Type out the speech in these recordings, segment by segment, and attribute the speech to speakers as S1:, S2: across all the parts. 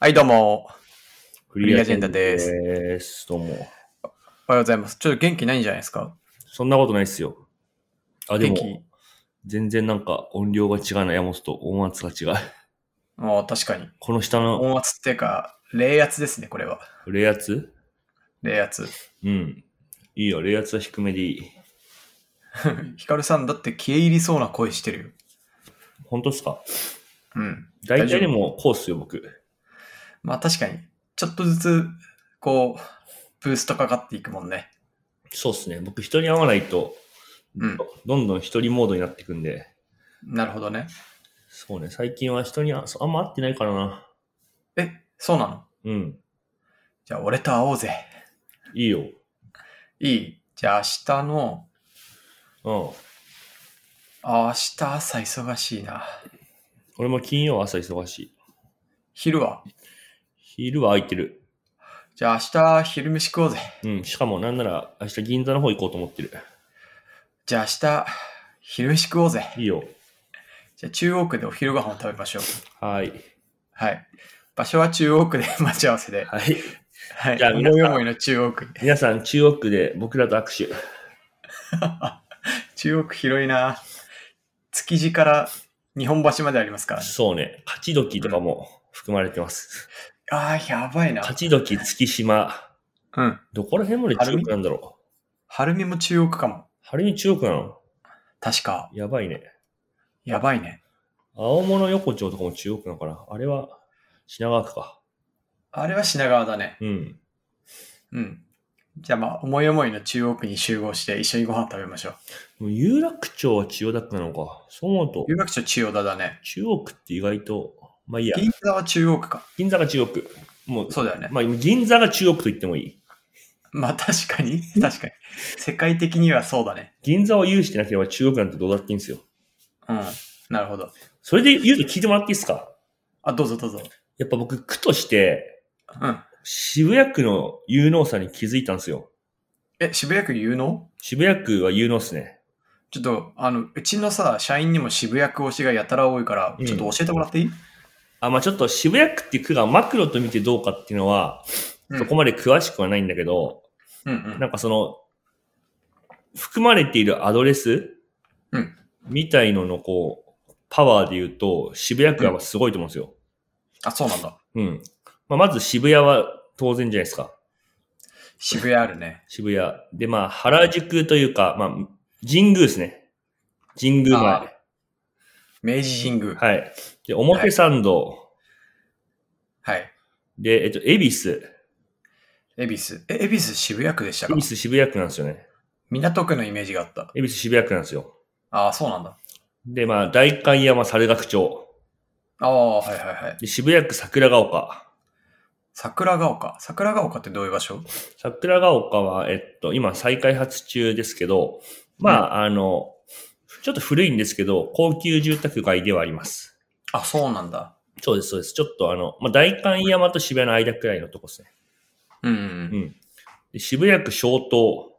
S1: はい、どうも。
S2: フ
S1: リーアジェンダです
S2: です。どうも。
S1: おはようございます。ちょっと元気ないんじゃないですか
S2: そんなことないっすよ。あ、で
S1: 元気。
S2: も、全然なんか音量が違うな、山本と音圧が違う。
S1: もう確かに。
S2: この下の
S1: 音圧っていうか、冷圧ですね、これは。
S2: 冷圧
S1: 冷圧。
S2: うん。いいよ、冷圧は低めでいい。
S1: ヒカルさん、だって消え入りそうな声してるよ。
S2: 本当っすか
S1: うん。
S2: 大
S1: 大丈夫
S2: 体でもこうっすよ、僕。
S1: まあ確かに、ちょっとずつ、こう、ブーストかかっていくもんね。
S2: そうっすね。僕人に会わないと、
S1: うん
S2: どんどん一人モードになってくんで。
S1: なるほどね。
S2: そうね、最近は人にあそうあんま会ってないからな。
S1: え、そうなの
S2: うん。
S1: じゃあ俺と会おうぜ。
S2: いいよ。
S1: いいじゃあ明日の、
S2: うん。
S1: あ、明日朝忙しいな。
S2: 俺も金曜朝忙しい。
S1: 昼は
S2: 昼は空いてる。
S1: じゃあ明日昼飯食おうぜ。
S2: うん。しかもなんなら明日銀座の方行こうと思ってる。
S1: じゃあ明日昼飯食おうぜ。
S2: いいよ。
S1: じゃあ中央区でお昼ご飯を食べましょう。
S2: はい。
S1: はい。場所は中央区で待ち合わせで。
S2: はい。
S1: はい。
S2: じゃあ皆
S1: 思
S2: さん
S1: い思いの中央区。
S2: 皆さん、中央区で僕らと握手。
S1: 中央区広いな。築地から日本橋までありますから、ね。
S2: そうね。勝ち時とかも含まれてます。
S1: ああ、やばいな。
S2: 勝ち時、月島。
S1: うん。
S2: どこら辺まで中央区なんだろう。
S1: 晴海も中央区かも。
S2: 晴海中央区なの
S1: 確か。
S2: やばいね。
S1: やばいね。
S2: 青物横丁とかも中央区なのかなあれは品川区か。
S1: あれは品川だね。
S2: うん。
S1: うん。じゃあまあ、思い思いの中央区に集合して一緒にご飯食べましょう。
S2: もう有楽町は千代田区なのか。そう思うと
S1: 有、楽町千代田だね。
S2: 中央区って意外と、まあいいや。
S1: 銀座は中央区か。
S2: 銀座が中央区。もう、
S1: そうだよね。
S2: まあ銀座が中央区と言ってもいい。
S1: まあ確かに、確かに。世界的にはそうだね。
S2: 銀座を有してなければ中央区なんてどうだっていいんですよ。
S1: うん。なるほど。
S2: それで言うと聞いてもらっていいですか
S1: あ、どうぞどうぞ。
S2: やっぱ僕、区として、
S1: うん。
S2: 渋谷区の有能さに気づいたんですよ。
S1: え、渋谷区有能
S2: 渋谷区は有能っすね。
S1: ちょっと、あの、うちのさ、社員にも渋谷区推しがやたら多いから
S2: う、ん
S1: ちょっと教えてもらっていい、
S2: あ、まあちょっと渋谷区っていう区がマクロと見てどうかっていうのは、
S1: うん、
S2: そこまで詳しくはないんだけど、
S1: うんうん
S2: なんかその、含まれているアドレス
S1: うん
S2: みたいののこう、パワーで言うと、渋谷区はすごいと思うんですよ。
S1: あ、そうなんだ。
S2: うん。まあまず渋谷は当然じゃないですか。
S1: 渋谷あるね。
S2: 渋谷。で、まあ、原宿というか、まあ、神宮ですね。神宮
S1: あ
S2: 前。
S1: 明治神宮。はい。
S2: はい。で、表参道。で、えっと、恵比寿。
S1: 恵比寿。え、恵比寿渋谷区でした
S2: 恵
S1: か
S2: 比寿渋谷区なんですよね。
S1: 港区のイメージがあった。
S2: 恵比寿渋谷区なんですよ。
S1: ああ、そうなんだ。
S2: で、まあ、代官山猿楽町。
S1: ああ、はいはいはい。
S2: で、渋谷区桜ヶ丘。
S1: 桜ヶ丘。桜ヶ丘ってどういう場所
S2: 桜ヶ丘は、えっと、今再開発中ですけど、まあ、あの、ちょっと古いんですけど、高級住宅街ではあります。
S1: あ、そうなんだ。
S2: そうです、そうです。ちょっとあの、まあ、代官山と渋谷の間くらいのとこですね。
S1: うん、うん。
S2: で渋谷区小東。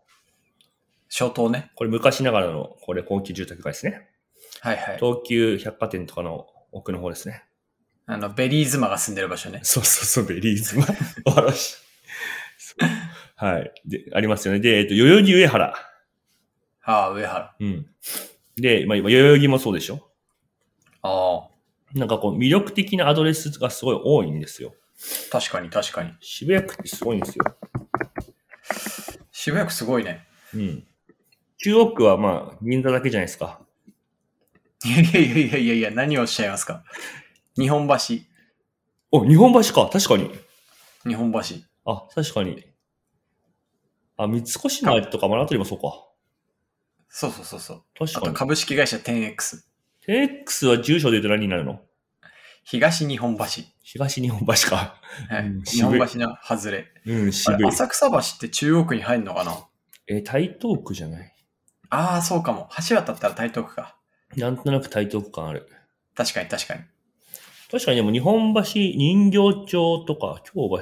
S1: 小東ね。
S2: これ昔ながらの、これ高級住宅街ですね。
S1: はいはい。
S2: 東急百貨店とかの奥の方ですね。
S1: あの、ベリーズマが住んでる場所ね。
S2: そうそうそう、ベリー ズマ。お話。そうはい。で、ありますよね。で、えっと、代々木上原。
S1: ああ、上原。あ
S2: うん。で、まあ、今代々木もそうでしょ
S1: あ、
S2: なんかこう、魅力的なアドレスがすごい多いんですよ。
S1: 確かに確かに。
S2: 渋谷区ってすごいんですよ。
S1: 渋谷区すごいね。
S2: うん。中央区はまあ、銀座だけじゃないですか。
S1: いやいやいやいやいや、何をおっしゃいますか。日本橋、
S2: お、日本橋か。確かに。
S1: 日本橋。
S2: あ、確かに。あ、三越前とか、まあ、あの辺りもそうか。
S1: そうそうそうそう。あ
S2: 確か
S1: と
S2: に。
S1: 株式会社 10X。
S2: TX は住所で言うと何になるの
S1: 東日本橋。
S2: 東日本橋か。
S1: は
S2: う
S1: い
S2: ん。
S1: 日
S2: 渋
S1: 本
S2: い
S1: 橋の外れ。
S2: うん、
S1: あ
S2: 渋
S1: れ
S2: い。
S1: 浅草橋って中央区に入るのかな
S2: え、台東区じゃない
S1: ああ、そうかも。橋渡ったら台東区か。
S2: なんとなく台東区感ある。
S1: 確かに確かに。
S2: 確かにでも日本橋、人形町とか、京橋。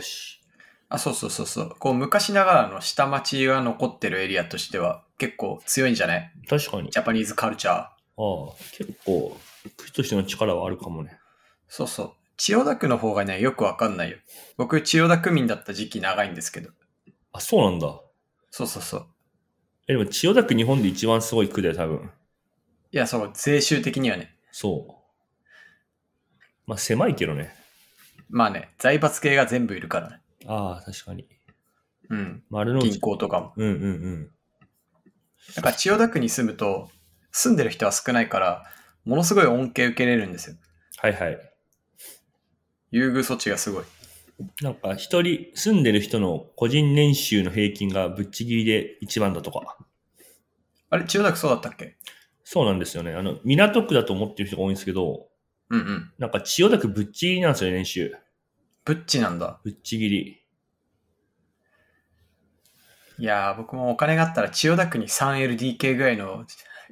S1: あ、そうそうそうそう。こう、昔ながらの下町が残ってるエリアとしては結構強いんじゃない
S2: 確かに。
S1: ジャパニーズカルチャー。
S2: ああ、結構、区としての力はあるかもね。
S1: そうそう。千代田区の方がね、よくわかんないよ。僕、千代田区民だった時期長いんですけど。
S2: あ、そうなんだ。
S1: そうそうそう。
S2: え、でも千代田区日本で一番すごい区だよ、多分。
S1: いや、そう、税収的にはね。
S2: そう。まあ狭いけどね。
S1: まあね、財閥系が全部いるからね。
S2: ああ、確かに。
S1: うん。
S2: 丸の
S1: 銀
S2: 内。
S1: 行とかも。
S2: うんうんうん。
S1: だから千代田区に住むと、住んでる人は少ないから、ものすごい恩恵受けれるんですよ。
S2: はいはい。
S1: 優遇措置がすごい。
S2: なんか一人、住んでる人の個人年収の平均がぶっちぎりで一番だとか。
S1: あれ、千代田区そうだったっけ
S2: そうなんですよね。あの、港区だと思ってる人が多いんですけど、
S1: うんうん。
S2: なんか千代田区ぶっちぎりなんですよね、年収。
S1: ブッチなんだ。
S2: ぶっちぎり。
S1: いやー、僕もお金があったら千代田区に 3LDK ぐらいの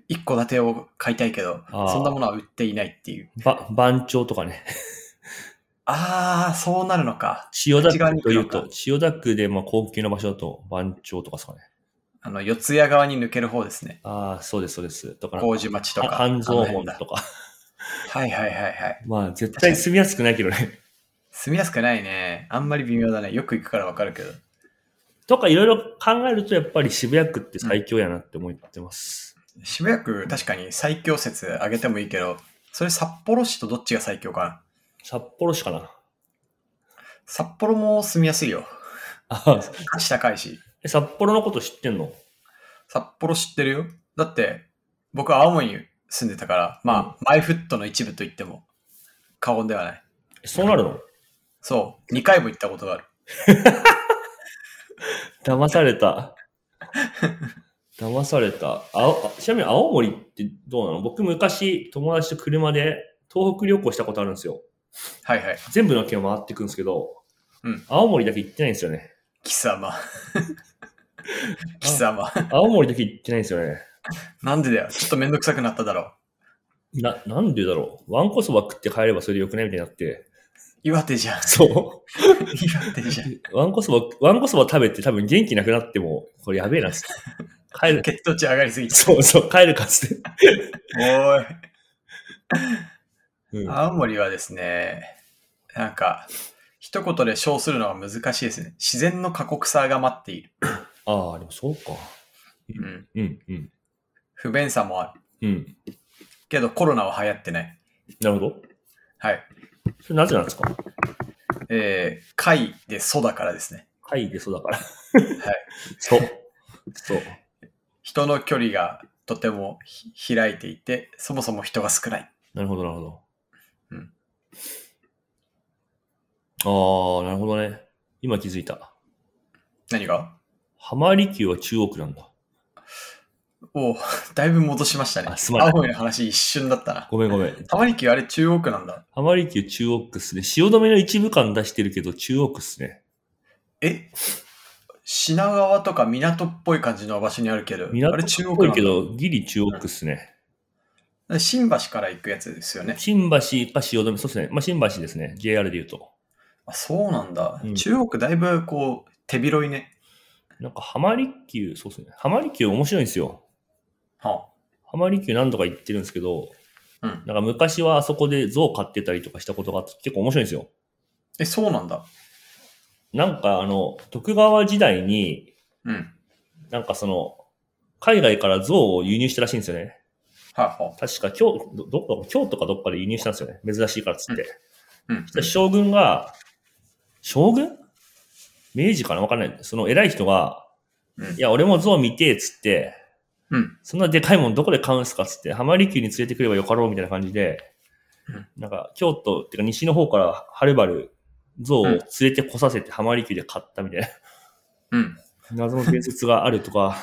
S1: 一戸建てを買いたいけど、
S2: あー
S1: そんなものは売っていないっていう。
S2: ば、番長とかね。
S1: あー、そうなるのか。
S2: 千代田区という
S1: 内側に行くの
S2: と、
S1: か
S2: 千代田区でまあ高級な場所だと番長とかですかね。
S1: あの、四谷側に抜ける方ですね。
S2: ああ、そうです、そうです。だから、
S1: 麹町とか。
S2: 半蔵門
S1: だ。
S2: とか。
S1: はいはいはいはい。
S2: まあ、絶対住みやすくないけどね。
S1: 住みやすくないね。あんまり微妙だね。よく行くからわかるけど。
S2: とか、いろいろ考えると、やっぱり渋谷区って最強やなって思ってます。
S1: 渋谷区、確かに最強説上げてもいいけど、それ札幌市とどっちが最強かな。
S2: 札幌市かな。
S1: 札幌も住みやすいよ。
S2: あ
S1: 価値高いし。
S2: え札幌のこと知ってんの
S1: 札幌知ってるよ。だって、僕は青森に住んでたから、まあ、マイフットの一部と言っても過言ではない。
S2: えそうなるの
S1: そう、2回も行ったことがある。
S2: 騙された。騙された。あおあちなみに青森ってどうなの僕昔友達と車で東北旅行したことあるんですよ。
S1: はいはい。
S2: 全部の県を回ってくんですけど、
S1: うん
S2: 青森だけ行ってないんですよ ね。
S1: 貴 様。貴様。
S2: 青森だけ行ってないんですよね。
S1: なんでだよ。ちょっとめんどくさくなっただろ
S2: な、なんでだろう。ワンコそば食って帰ればそれでよくないみたいになって。
S1: う。岩手じゃん。
S2: そ
S1: 岩手じゃん。
S2: う。ワンコそば、ワンコそば食べて多分元気なくなっても、これやべえなっ つって。帰る。
S1: 血糖値上がりすぎて。
S2: そうそう、帰るかっつって。
S1: おい。
S2: うん、
S1: 青森はですね、なんか、一言で称するのは難しいですね。自然の過酷さが待っている。
S2: ああ、でもそうか。
S1: うん。
S2: うん、うん、
S1: 不便さもある。
S2: うん。
S1: けどコロナは流行ってない。
S2: なるほど。
S1: はい。
S2: それなぜなんですか
S1: えー、貝で素だからですね。
S2: はい、でそうだから。はい。 そう。そう。
S1: 人の距離がとてもひ開いていて、そもそも人が少ない。
S2: なるほど、なるほど。
S1: うん。
S2: ああ、なるほどね。今気づいた。
S1: 何が
S2: 浜離宮は中央区なんだ。
S1: おうだいぶ戻しましたね。
S2: あすまない
S1: 青森の話一瞬だったな。
S2: ごめんごめん。
S1: たまにきあれ中央区なんだ。
S2: 浜離宮中央区っすね。汐留の一部間出してるけど、中央区っすね。
S1: え品川とか港っぽい感じの場所にあるけど、あれ中
S2: 港
S1: 央区
S2: っぽ
S1: ないん
S2: け
S1: だ
S2: ど、ギリ中央区っすね。
S1: 新橋から行くやつですよね。
S2: 新橋か汐留、そうですね。まあ、新橋ですね。JR で言うと。
S1: あそうなんだ。
S2: うん
S1: 中国だいぶこう手広いね。
S2: なんか浜離宮、そうですね。浜離宮面白いんですよ。
S1: は
S2: 浜離宮何度か行ってるんですけど、
S1: あ、うん。
S2: なんか昔はあそこで象飼ってたりとかしたことがあって結構面白いんですよ。
S1: え、そうなんだ。
S2: なんかあの、徳川時代に、
S1: うん。
S2: なんかその、海外から象を輸入したらしいんですよね。
S1: はいは
S2: 確か京、ど、どこ、京都かどっかで輸入したんですよね。珍しいからっつって。
S1: あ。うん。
S2: で将軍が、将軍明治かなわかんない。その偉い人が、
S1: うん
S2: いや、俺も象見て、っつって、
S1: うん。
S2: そんなでかいもんどこで買うんすかっつって、浜離宮に連れてくればよかろうみたいな感じで、
S1: うん
S2: なんか、京都っていうか西の方からはるばる象を連れてこさせて浜離宮で買ったみたいな、
S1: うん。
S2: 謎の伝説があるとか、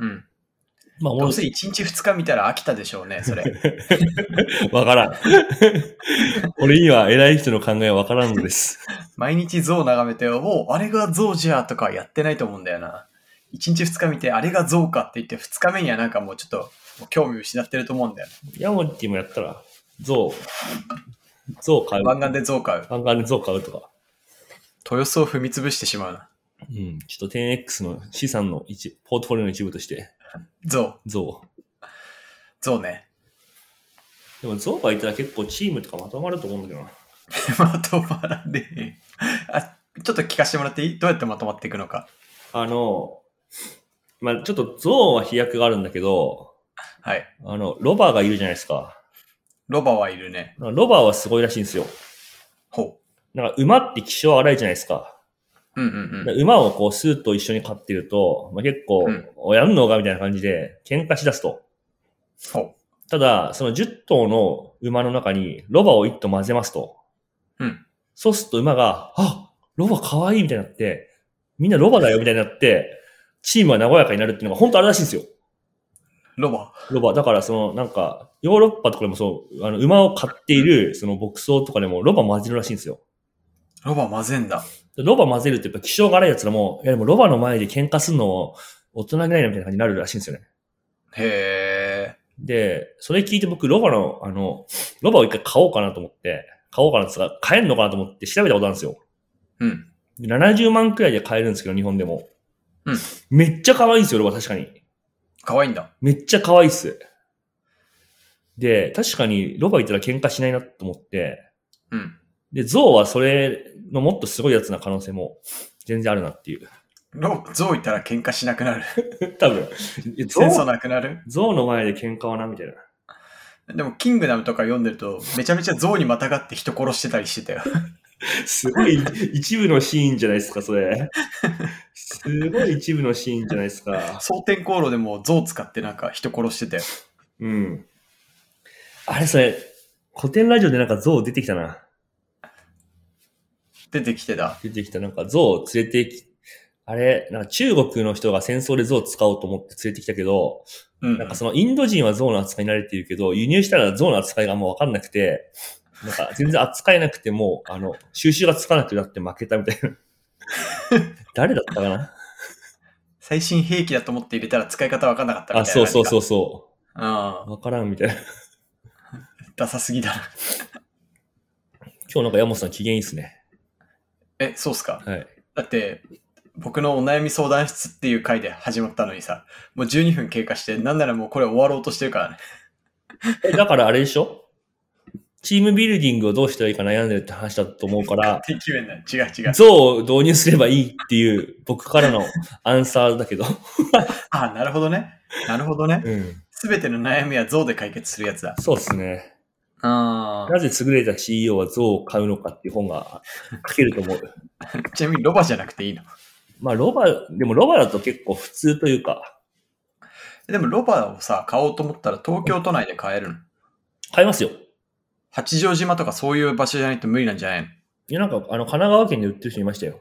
S1: うん。
S2: まあ、
S1: ど
S2: 面
S1: う
S2: 白
S1: せ1日2日見たら飽きたでしょうね、それ。
S2: い。わからん。 俺には偉い人の考えはわからんのです。
S1: 毎日象眺めて、おうあれが象じゃとかやってないと思うんだよな。1日2日見て、あれが象かって言って、2日目にはなんかもうちょっともう興味失ってると思うんだよ。
S2: ヤモティもやったら、象、象買う。
S1: 湾岸で象買う。
S2: 湾岸で象買うとか。
S1: 豊洲を踏み潰してしまうな。
S2: うん。ちょっと 10X の資産の一、ポートフォリオの一部として、
S1: 象。
S2: 象。
S1: 象ね。
S2: でも象がいたら結構チームとかまとまると思うんだけどな。
S1: まとまらねえよあ、ちょっと聞かせてもらっていいどうやってまとまっていくのか。
S2: あの、まあちょっとゾーンは飛躍があるんだけど、
S1: はい。
S2: あの、ロバーがいるじゃないですか。
S1: ロバはいるね。
S2: ロバーはすごいらしいんですよ。
S1: ほ
S2: なんか馬って気性荒いじゃないですか。
S1: う。うんうん
S2: で
S1: うん。
S2: 馬をこうスーッと一緒に飼ってると、まあ、結構
S1: うん、
S2: おやんのがみたいな感じで喧嘩しだすと。
S1: ほ
S2: ただ、その10頭の馬の中にロバを1頭混ぜますと。
S1: うん。
S2: そうすると馬が、あロバ可愛いみたいになって、みんなロバだよみたいになって、チームは和やかになるっていうのが本当あるらしいんですよ。
S1: う。ロバ。
S2: ロバ。だからそのなんか、ヨーロッパとかでもそう、あの馬を飼っている、その牧草とかでもロバ混ぜるらしいんですよ。
S1: ロバ混ぜんだ。
S2: でロバ混ぜるってやっぱ気性が荒い奴らも、いやでもロバの前で喧嘩するのを大人げないなみたいな感じになるらしいんですよね。
S1: へえ。
S2: で、それ聞いて僕ロバの、あの、ロバを一回買おうかなと思って、買おうかなってか、買えんのかなと思って調べたことあるんですよ。
S1: うん。
S2: で70万くらいで買えるんですけど、日本でも。
S1: うん。
S2: めっちゃ可愛いんですよ、ロバ確かに。
S1: かわいいんだ。
S2: めっちゃ可愛いっす。で、確かにロバいたら喧嘩しないなと思って、
S1: うん。
S2: で、ゾウはそれのもっとすごいやつな可能性も全然あるなっていう。
S1: ロゾウいたら喧嘩しなくなる。
S2: 多分。ゾ
S1: 戦争
S2: ウ
S1: なくなる。
S2: ゾウの前で喧嘩はな、みたいな。
S1: でも、キングダムとか読んでると、めちゃめちゃゾウにまたがって人殺してたりしてた よ。
S2: すごい一部のシーンじゃないですか、そ れ。すごい一部のシーンじゃないですか。
S1: 蒼天航路でもゾウ使ってなんか人殺してたよ。
S2: うん。あれ、それ、古典ラジオでなんかゾウ出てきたな。
S1: 出てきてた。
S2: 出てきた、なんかゾウ連れてき、あれ、なんか中国の人が戦争でゾウ使おうと思って連れてきたけど、
S1: うん
S2: なんかそのインド人はゾウの扱いに慣れているけど、輸入したらゾウの扱いがあんまわかんなくて、なんか全然扱えなくてもう、あの、収集がつかなくなって負けたみたいな。 誰だった かな
S1: 最新兵器だと思って入れたら使い方わかんなかったみ
S2: あ、
S1: たい
S2: そ
S1: な。
S2: うそうそううそう。
S1: うん。
S2: わからんみたいな。
S1: ダサすぎだな。
S2: 今日なんか山本さん機嫌いいっすね。
S1: え、そうっすか
S2: はい。
S1: だって、僕のお悩み相談室っていう回で始まったのにさ、もう12分経過して、なんならもうこれ終わろうとしてるからね。
S2: え、だからあれでしょチームビルディングをどうしたらいいか悩んでるって話だと思うから、
S1: 定期面だ。違う違う。
S2: 像を導入すればいいっていう僕からのアンサーだ けど。
S1: ああ、なるほどね。なるほどね。
S2: うん。
S1: すべての悩みは像で解決するやつだ。
S2: そうっすね。
S1: あ
S2: なぜ優れた CEO は像を買うのかっていう本が書けると思う。
S1: あ。ちなみにロバじゃなくていいの。
S2: まあロバ、でもロバだと結構普通というか、
S1: でもロバをさ、買おうと思ったら東京都内で買えるの。
S2: 買いますよ。
S1: 八丈島とかそういう場所じゃないと無理なんじゃないの
S2: いやなんかあの神奈川県で売ってる人いましたよ。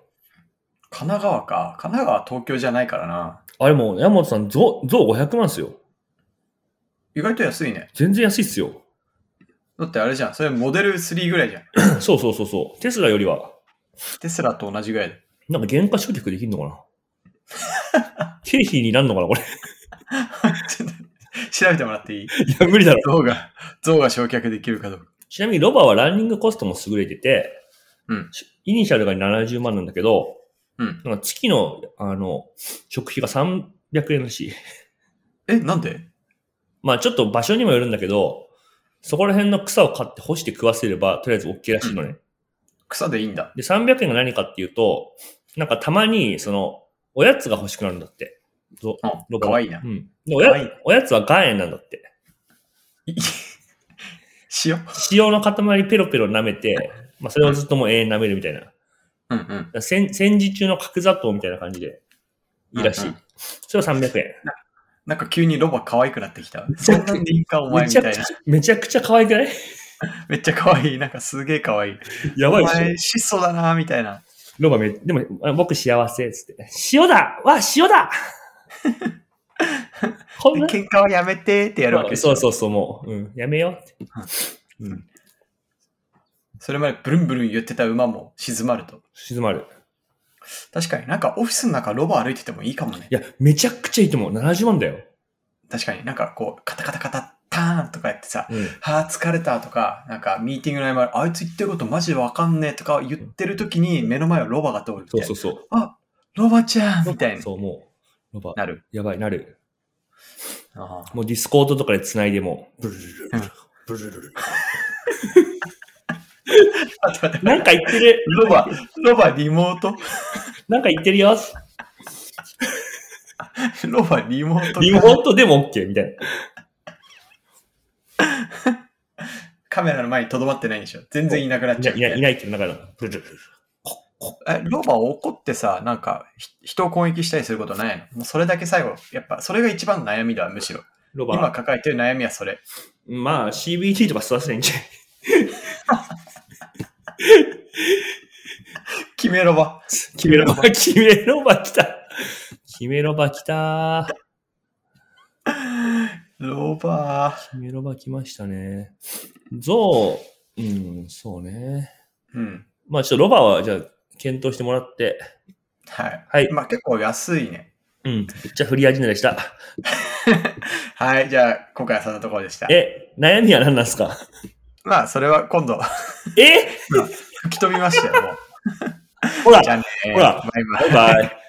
S1: 神奈川か。神奈川は東京じゃないからな。
S2: あれもう山本さん像、像500万っすよ。
S1: 意外と安いね。
S2: 全然安いっすよ。
S1: だってあれじゃん。それモデル3ぐらいじゃん。
S2: そうそうそうそう。テスラよりは、テ
S1: テスラと同じぐらいで。
S2: なんか原価償却できるのかな 経費になるのかなこれ。
S1: ちょっと 調べてもらっていい
S2: いや、無理だろ。
S1: 象が、象が焼却できるかどうか。
S2: ちなみにロバはランニングコストも優れてて、
S1: うん
S2: イニシャルが70万なんだけど、
S1: うん
S2: なんか月の、あの、食費が300円らしい。
S1: え、なんで
S2: まあちょっと場所にもよるんだけど、そこら辺の草を買って干して食わせれば、とりあえず OK らしいのね。
S1: 草でいいんだ。
S2: で、300円が何かっていうと、なんかたまに、その、おやつが欲しくなるんだって。ぞ
S1: う
S2: ロ
S1: ん、
S2: バ
S1: か
S2: は
S1: わいいな
S2: う。ん。で、おや
S1: 可愛い
S2: おやつは岩塩なんだって。
S1: 塩
S2: 塩の塊ペロペロ舐めて、まあ、それをずっともう永遠舐めるみたいな。だか
S1: うんうん。
S2: ら戦戦時中の角砂糖みたいな感じで、いいらし
S1: うん
S2: い
S1: うん。
S2: それは300円。
S1: なんか急にロバ可愛くなってき た。そんなんでいいんか、お前
S2: め
S1: み
S2: ちゃ
S1: た
S2: く
S1: い
S2: ちゃ
S1: な。、
S2: めちゃくちゃ可愛くない
S1: めっちゃ可愛い。なんかすげえ可愛い。
S2: や
S1: お
S2: ばいっしょ。
S1: 前、質素だな、みたいな。
S2: ロバめ、でも、あ僕幸せっつって。塩だわ、塩だこん
S1: で
S2: な
S1: 喧嘩はやめてってやるわけでしょ
S2: そうそうそう、もう、うん、やめようって。うん、
S1: それまでブルンブルン言ってた馬も静まると。
S2: 静まる。
S1: 確かになんかオフィスの中ロバ歩いててもいいかもね
S2: い。や、めちゃくちゃいいと思う。70万だよ。
S1: 確かになんかこう、カタカタカタ、ターンとかやってさ、
S2: うん。
S1: はあ、疲れたとか、なんかミーティングの合間に、あいつ言ってることマジでわかんねえとか言ってる時に目の前をロバが通るみたい
S2: そう
S1: な。
S2: そうそう。
S1: ロバちゃんみたいに
S2: そう、もう、ロバ、
S1: なる。
S2: やばい、なる。
S1: ああ
S2: もうディスコードとかで繋いでも、ブルルルルルル、ブルルルルル
S1: 待って待って。
S2: なんか言ってる。
S1: ロバ、ロバリモート
S2: なんか言ってるよ。
S1: ロバリモート
S2: リモートでも OK みたいな。
S1: カメラの前にとどまってないでしょ。全然いなくなっ
S2: い
S1: ち
S2: や
S1: ゃう
S2: い
S1: みた
S2: ないい
S1: な。
S2: ないけど、なんか、ブルブルブル
S1: え、ロバ怒ってさ、なんか、ひ人を攻撃したりすることないのもうそれだけ最後、やっぱ、それが一番悩みだわ、むしろ。
S2: ロバ
S1: 今抱えてる悩みはそれ。
S2: まあ、CBT とか吸わせないんじゃない
S1: 決めロバ。
S2: キメロバ、キメロバ来た。キメロバ来た。
S1: ロバ
S2: キメロバ来ましたね。ゾウ、うん、そうね。
S1: ー。うん。
S2: まあちょっとロバは、じゃあ、検討してもらって。
S1: はい。
S2: はい
S1: まあ結構安いね。
S2: うん、めっちゃフリーアジェンダでした。
S1: はい。じゃあ、今回はそんなところでした。
S2: え、悩みは何なんですか
S1: まあ、それは今度、
S2: え
S1: 吹き飛びましたよ、もう。
S2: ほら、
S1: じゃあね。
S2: ほら
S1: バイバイ
S2: バイバイ。